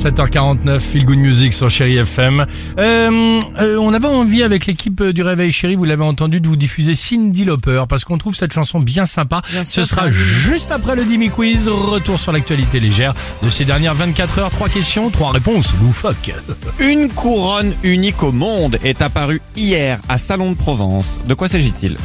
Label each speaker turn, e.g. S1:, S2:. S1: 7h49, Feel Good Music sur Chéri FM. Euh, euh, on avait envie avec l'équipe euh, du Réveil Chéri, vous l'avez entendu, de vous diffuser Cindy Lauper parce qu'on trouve cette chanson bien sympa. Ce sera juste après le Dimi Quiz. Retour sur l'actualité légère de ces dernières 24 heures. Trois questions, trois réponses loufoques.
S2: Une couronne unique au monde est apparue hier à Salon de Provence. De quoi s'agit-il